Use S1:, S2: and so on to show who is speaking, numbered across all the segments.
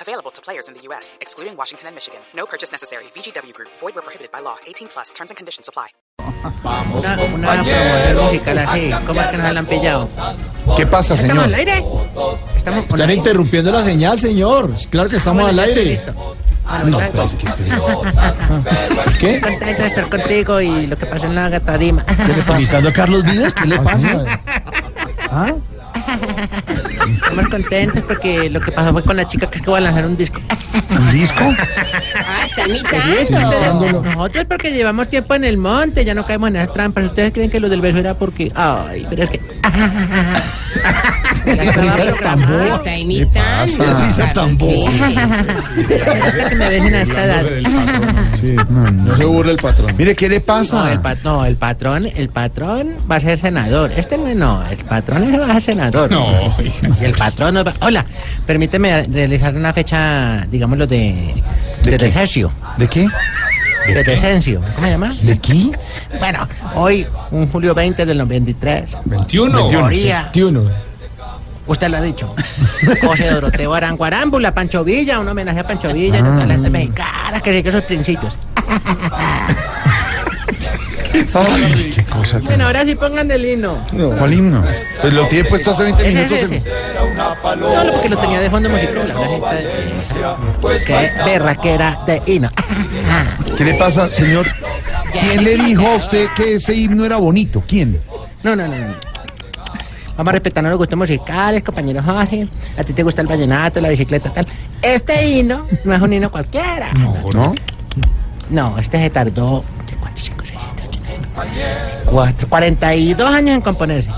S1: Available to players in the U.S., excluding Washington and Michigan. No purchase necessary. VGW Group, void were prohibited by law. 18 plus terms and conditions apply.
S2: Una, Ah, una promoción musical así. ¿Cómo es que nos la han pillado?
S3: ¿Qué pasa,
S2: ¿Estamos
S3: señor?
S2: al aire? Estamos
S3: Están
S2: Bueno,
S3: interrumpiendo la señal, señor. Claro que estamos
S2: bueno,
S3: al
S2: ya estoy
S3: aire.
S2: listo.
S3: No, pero es que este... ¿Qué?
S2: Contento de estar contigo y lo que pasó en la tarima.
S3: ¿Qué le pasa? ¿Imitando a Carlos Vives? ¿Qué le pasa? ¿Ah?
S2: Estamos contentos porque lo que pasó fue con la chica que es que va a lanzar un disco.
S3: ¿Un disco?
S4: Ah, están
S2: Entonces,
S4: imitando.
S2: Nosotros porque llevamos tiempo en el monte, ya no caemos en las trampas. ¿Ustedes creen que lo del beso era porque... Ay, pero es que... Ya estaba
S3: Risa de
S2: programado.
S3: tambor.
S4: Está imitando.
S3: pasa? Risa tambor.
S2: Resulta que me ven a esta edad.
S3: Sí, no, no se burle el patrón. Mire, ¿qué le
S2: No, el
S3: pasa?
S2: pat- no, el patrón, el patrón va a ser senador. Este no, no, el patrón ese va a ser senador. No. Y el patrón no va- Hola, permíteme realizar una fecha, digámoslo, de de,
S3: qué?
S2: desercio,
S3: ¿De qué?
S2: de descencio. ¿Cómo se llama?
S3: ¿De qué?
S2: Bueno, hoy, un julio 20 del 93,
S5: 21.
S2: Moría.
S3: 21.
S2: usted lo ha dicho. José Doroteo Aranguarámbula, Pancho Villa, un homenaje a Pancho Villa, y a toda la gente mexicana que sigue esos principios.
S3: Ay, qué cosa tan-
S2: Bueno, ahora sí pongan el himno.
S3: ¿Cuál himno? Pues lo tiene puesto hace 20
S2: Ese,
S3: minutos.
S2: ese,
S3: en-
S2: ese. No, no, porque lo tenía de fondo musical, la verdad está... Qué berraquera de hino.
S3: ¿Qué le pasa, señor? ¿Quién le dijo a usted que ese himno era bonito? ¿Quién?
S2: No, no, no, no. Vamos a respetar los gustos musicales, compañero Jorge. A ti te gusta el vallenato, la bicicleta, tal. Este hino no es un hino cualquiera. No,
S3: ¿No?
S2: este se tardó... ¿qué, ¿Cuánto? ¿Cinco, seis, siete, ocho, nueve? Cuatro, 42 años en componerse.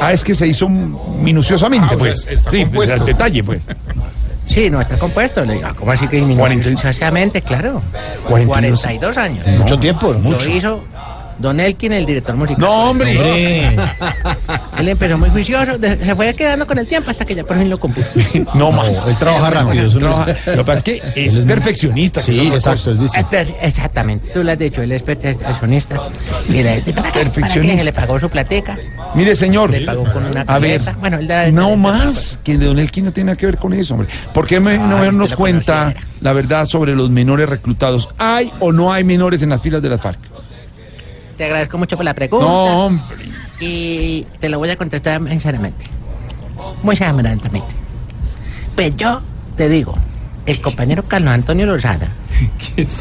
S3: Ah, es que se hizo minuciosamente,
S5: Ah, o
S3: pues.
S5: sea, está
S3: sí, pues,
S5: compuesto.
S3: al detalle, pues.
S2: Sí, no está compuesto. Le digo, "Ah, ¿cómo así que
S3: Cuarenta y-
S2: minuciosamente? Claro.
S3: 42.
S2: 42 años.
S3: Mucho tiempo, mucho.
S2: Lo hizo Don Elkin, el director musical.
S3: No, hombre.
S2: Él empezó muy juicioso, de- se fue quedando con el tiempo hasta que ya por fin lo compuso.
S3: No más. Él trabaja rápido.
S5: Lo que pasa es que es perfeccionista. que es otra cosa.
S2: Entonces, exactamente, tú lo has dicho, él es perfeccionista. Y le ¿para qué? ¿Para qué?
S3: Perfeccionista.
S2: Se le pagó su plateca,
S3: Ah, Mire, señor.
S2: le pagó con una
S3: A ver,
S2: tableta. bueno, él da-
S3: no
S2: da-
S3: más que Don Elkin no tiene nada que ver con eso, hombre. ¿Por qué me- no
S2: Ay,
S3: nos
S2: usted lo
S3: cuenta
S2: conociera.
S3: la verdad sobre los menores reclutados? ¿Hay o no hay menores en las filas de las FARC?
S2: Te agradezco mucho por la pregunta.
S3: No, hombre.
S2: Y te lo voy a contestar sinceramente. Muy sinceramente. Pues yo te digo, el compañero Carlos Antonio Lozada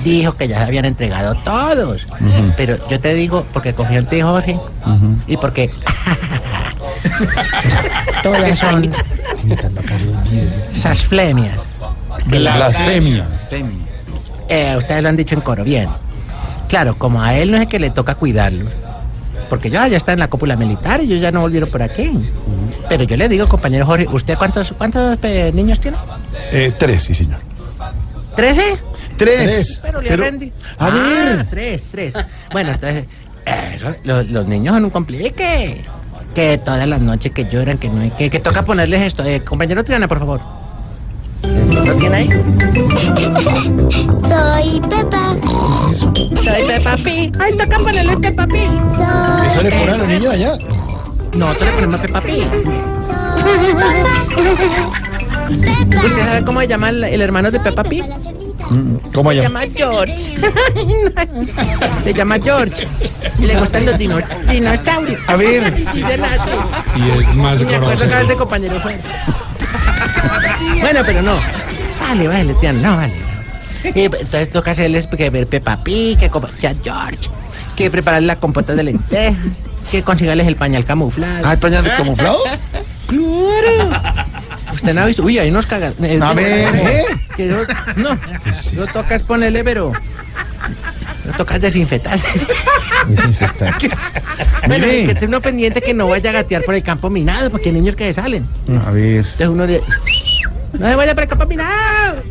S2: dijo que ya se habían entregado todos. Pero yo te digo, porque confío en ti, Jorge, y porque. todas son esas flemias.
S3: Blasfemia.
S2: Eh, ustedes lo han dicho en coro, bien. Claro, como a él no es el que le toca cuidarlo, porque yo "Ah, ya está en la cópula militar y ellos ya no volvieron por aquí. Pero yo le digo, compañero Jorge, ¿usted cuántos, cuántos eh, niños tiene?
S3: Eh, tres, sí, señor.
S2: ¿Trece?
S3: Tres. Ah.
S2: Pero le aprendí.
S3: A ver.
S2: tres, tres. Bueno, entonces, eso, lo- los niños son un complique. Que todas las noches que lloran, que no hay que, que toca ponerles esto. Eh, compañero Triana, por favor. ¿Lo tiene ahí?
S6: Soy Pepa.
S2: Soy Peppa Pig. Ay, toca ponerle este Peppa Pig.
S6: Soy,
S3: Eso le ponen a los niños allá.
S2: Nosotros le ponemos este Peppa Pig.
S6: soy Pepa. Pepa.
S2: ¿Usted sabe cómo se llama el, el hermano de
S6: Soy
S2: Peppa Pig?
S6: la cerdita.
S3: ¿Cómo
S2: Se
S3: allá?
S2: llama George. Se llama George. Y le gustan los dino- dinosaurios.
S3: A ver.
S2: Y dicen así.
S5: Y es más
S2: Me acuerdo
S5: grosso.
S2: cada vez de compañero Juan. Bueno, pero no. Vale, vale, tía, no, vale. Y entonces toca hacerles que ver Peppa Pig, que, como- que a George, que preparar la compota de lentejas, que consigarles el pañal camuflado.
S3: ¿Ah, pañales camuflados?
S2: Claro. Usted no ha visto. Uy, ahí nos cagan. Eh,
S3: A ver, ¿eh?
S2: que no, no, no tocas ponerle, pero. No tocas desinfectarse. Bueno, y que
S3: Mire.
S2: esté uno pendiente que no vaya a gatear por el campo minado, porque hay niños que salen.
S3: A ver.
S2: Entonces uno dice: ¡No se vaya por el campo minado!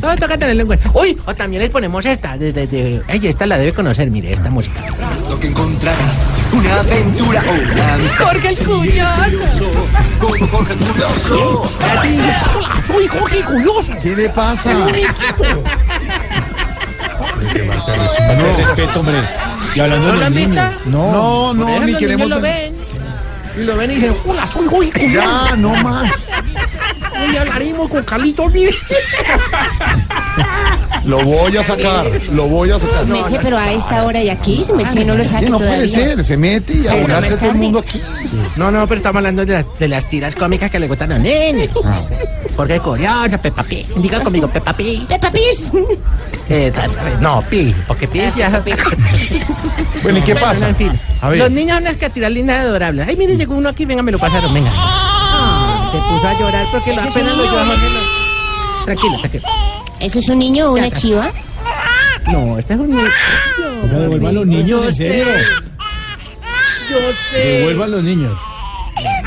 S2: Todo toca tenerlo en cuenta. Uy, o también les ponemos esta. De, de- de- Ay, esta la debe conocer, mire, esta música.
S7: Lo que encontrarás, una aventura o una amistad.
S2: Jorge el Curioso.
S7: Como Jorge el Curioso.
S2: Así. Hola, soy Jorge el Curioso.
S3: ¿Qué le pasa?
S5: No. respeto, hombre. Y hablando de
S2: ¿No lo
S5: los
S2: han visto?
S5: niños.
S3: No, no,
S2: Por eso
S3: ni
S2: los
S3: queremos.
S2: niños lo ven. Y lo ven y dicen, hola, soy Jorge el Curioso.
S3: Ya, no más.
S2: Hoy hablaremos con Carlitos Vives.
S3: Lo voy a sacar, lo voy a sacar. No,
S4: Messi, pero a esta hora y aquí, su Messi no lo saque
S3: ¿qué? no puede
S4: todavía.
S3: ser, se mete y
S4: Seguro
S3: abonaste
S4: más
S3: a todo el
S4: tarde.
S3: mundo aquí.
S2: No, no, pero estamos hablando de las, de las tiras cómicas que le gustan a los niños. Jorge el Curioso, Peppa Pig. Diga conmigo, Peppa Pig.
S4: Peppa Pig.
S2: Eh, tal- tal- no, Pig, porque Pig ya es otra cosa.
S3: Bueno, ¿y qué
S2: Bueno,
S3: pasa?
S2: En fin,
S3: A ver.
S2: los niños son unas criaturas lindas adorables. Ay, mire, llegó uno aquí, venga, me lo pasaron, venga. Ah, se puso a llorar porque lo
S4: Ese es
S2: apenas
S4: un
S2: lo
S4: niño.
S2: llevamos. en la- Tranquilo, tranquilo.
S4: ¿Eso es un niño o una
S2: Ya, ya.
S4: chiva?
S2: No, este es un niño.
S5: Pero devuelvan los niños, en serio.
S2: Yo sé,
S5: Devuelvan los niños.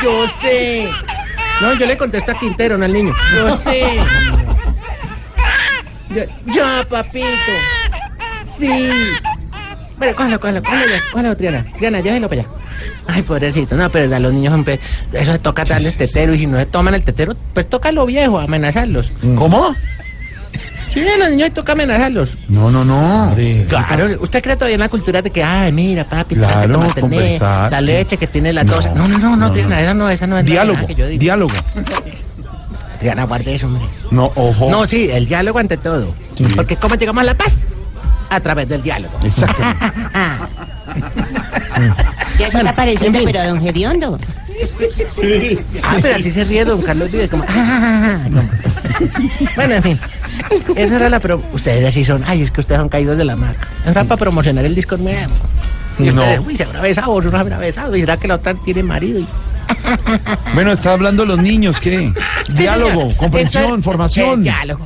S2: yo sé. No, yo le contesto a Quintero, no al niño. Yo sé. Ya, ya, papito. Sí. Bueno, cógelo, cógelo, cógelo, ya, cógelo, Triana. Triana, llévelo para allá. Ay, pobrecito, no, pero a los niños, hombre, eso de toca darles tetero y si no se toman el tetero, pues toca a los viejos, amenazarlos.
S3: ¿Cómo?
S2: Sí, a los niños toca amenazarlos.
S3: No, no, no.
S2: Claro, usted cree todavía en la cultura de que, ay, mira, papi,
S3: Claro,
S2: chate, toma el tené,
S3: conversar.
S2: la leche que tiene la
S3: No,
S2: cosa. No, no, no, no,
S3: no,
S2: Triana,
S3: no.
S2: esa no, esa no es la
S3: Diálogo,
S2: verdad que yo digo.
S3: diálogo.
S2: Triana, guarde eso, hombre.
S3: No, ojo.
S2: No, sí, el diálogo ante todo. Porque ¿cómo llegamos a la paz? A través del diálogo. Ah,
S3: Exacto.
S4: Ya se está pareciendo,
S2: en fin.
S4: pero a don Gediondo.
S2: Ah, pero así se ríe don Carlos Vives, como... "Ah, ah, ah", como- Bueno, en fin. Esa era la pro... Ustedes así son... Ay, es que ustedes han caído de la maca. Era para promocionar el disco nuevo. Y ustedes, uy, se habrá besado, se habrá besado. Y será que la otra tiene marido. Y-
S3: Bueno, está hablando los niños, ¿qué?
S2: Sí,
S3: Diálogo,
S2: señor. Eso
S3: comprensión,
S2: es-
S3: formación.
S2: El diálogo.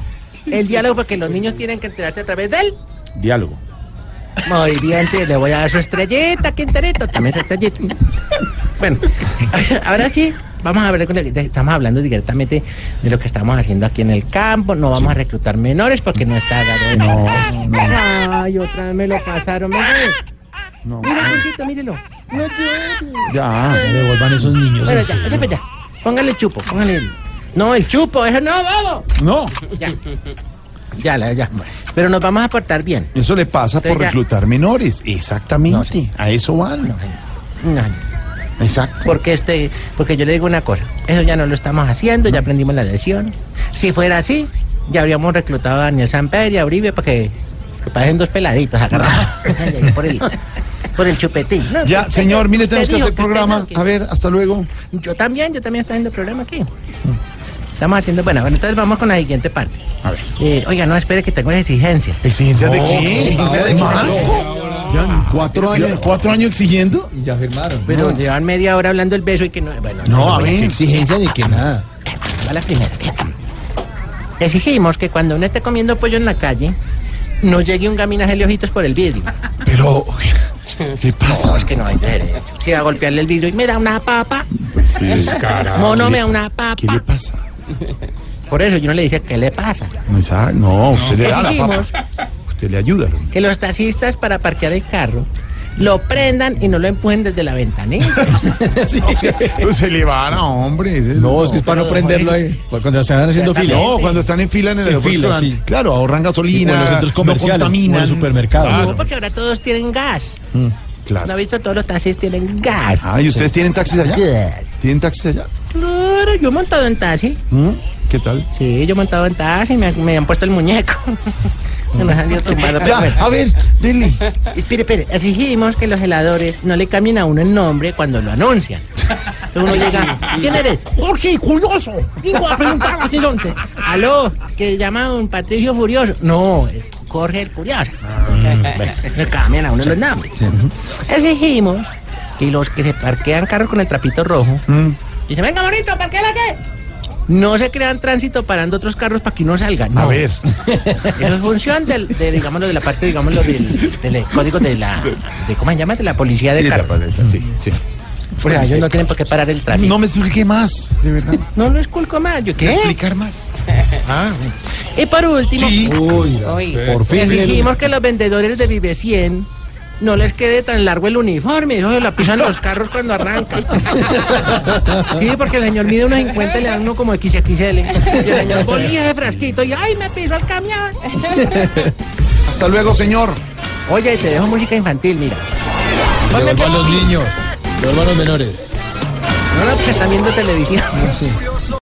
S2: El diálogo porque los niños tienen que enterarse a través de él.
S3: Diálogo.
S2: Muy bien, sí, le voy a dar su estrellita, Quinterito, también su estrellita. Bueno, ahora sí, vamos a hablar con la gente. Estamos hablando directamente de lo que estamos haciendo aquí en el campo. No vamos a reclutar menores porque no está dado. No, Ay, otra vez me lo pasaron. Venga,
S3: No.
S2: mira, Juanquito, mírelo. No llores.
S3: Ya.
S5: Devuelvan esos niños.
S2: Bueno,
S5: en
S2: ya,
S5: serio.
S2: ya, ya. Póngale el chupo, póngale el... No, el chupo, eso no, vamos.
S3: No,
S2: Ya. Ya, la- ya. Pero nos vamos a portar bien.
S3: eso le pasa por
S2: Entonces ya-
S3: reclutar menores. Exactamente.
S2: No, sí.
S3: A eso van.
S2: No, no.
S3: Exacto.
S2: Porque este, porque yo le digo una cosa, eso ya no lo estamos haciendo, ya aprendimos la lección. Si fuera así, ya habríamos reclutado a Daniel Samper y a Uribe para que, que pasen dos peladitos agarrados Ahí por el, por el chupetín. No,
S3: Ya,
S2: usted-
S3: señor, mire,
S2: usted
S3: tenemos que
S2: dijo
S3: hacer programa.
S2: usted-
S3: A ver, hasta luego.
S2: Yo también, yo también estoy haciendo programa aquí. Estamos haciendo, bueno, bueno, entonces vamos con la siguiente parte.
S3: A ver.
S2: Eh, oiga, no, espere que tengo exigencias.
S3: ¿Exigencia de qué? ¿Exigencia de
S5: ¿Más?
S3: qué? Ya, ¿Cuatro años, cuatro años exigiendo?
S5: Y ya firmaron.
S2: Pero llevan media hora hablando el beso y que no. Bueno,
S3: No, a ver.
S5: Exigencia de que nada.
S2: A la primera. Exigimos que cuando uno esté comiendo pollo en la calle, no llegue un gaminaje de ojitos por el vidrio.
S3: Pero, ¿qué pasa?
S2: No, es que no hay derecho. Si va a golpearle el vidrio y me da una papa,
S5: Descarado.
S2: mono me da una
S3: ¿Qué le
S2: papa.
S3: pasa?
S2: Por eso yo no le dije, ¿qué le pasa?
S3: No, esa- no, usted le da la
S2: Exigimos.
S3: papa. Usted le ayuda.
S2: Que los taxistas para parquear el carro lo prendan y no lo empujen desde la ventanilla.
S3: No Pues se le van a hombres.
S5: No, es que es para no
S2: Pero,
S5: prenderlo ahí. pues, Cuando se van haciendo fila.
S3: No, cuando están en fila en el
S5: En
S3: aeropuerto,
S5: fila,
S3: van-
S5: sí.
S3: claro, ahorran gasolina,
S5: O en los centros
S3: no
S5: comerciales,
S3: contaminan.
S5: o en los supermercados.
S2: No, porque ahora todos tienen gas. ¿No ha
S3: Claro.
S2: visto? Todos los taxis tienen gas.
S3: Ah, ¿y ustedes tienen taxis allá?
S2: Claro.
S3: ¿Tienen taxis allá?
S2: Claro, yo he montado en taxi.
S3: ¿Mm? ¿Qué tal?
S2: Sí, yo he montado en taxi y me, me han puesto el muñeco. me nos han ido tumbado. pero
S3: Ya,
S2: bueno. pues,
S3: a ver, dele.
S2: Espere, espere. Exigimos que los heladores no le cambien a uno el nombre cuando lo anuncian. Entonces uno llega, ¿quién eres? Jorge Curioso. Vengo a preguntar así donde. Aló, que llama un Patricio Furioso. No, es Jorge el Curioso.
S3: Ah,
S2: Le cambian a uno los nombres. Exigimos que los que se parquean carros con el trapito rojo dicen, venga, bonito, parqueala qué. No se crean tránsito parando otros carros para que no salgan.
S3: A
S2: no.
S3: ver.
S2: Eso es función del, de, digámoslo, de la parte, digámoslo, del, del código de la, de, ¿cómo se llama? De la policía de
S3: Sí, la
S2: carro.
S3: paleta, sí, sí.
S2: O sea, ellos no tienen por qué parar el tráfico. ¿Eh?
S3: No me explique más, de verdad.
S2: No lo esculco más, ¿yo qué?
S3: Explicar más.
S2: Ah, bueno. Y por último,
S3: Sí.
S4: Uy.
S3: por fin.
S2: pues exigimos que los vendedores de Vive 100 no les quede tan largo el uniforme, eso se la pisan los carros cuando arrancan. Sí, porque el señor mide unos 50 y le dan uno como XXL. Y el señor bolilla de frasquito y ¡ay, me pisó el camión!
S3: Hasta luego, señor.
S2: Oye, y te dejo música infantil, mira. Ponme
S5: Devuelvan los
S2: Bobby.
S5: niños. Devuelvan los menores.
S2: No, no, porque están viendo televisión.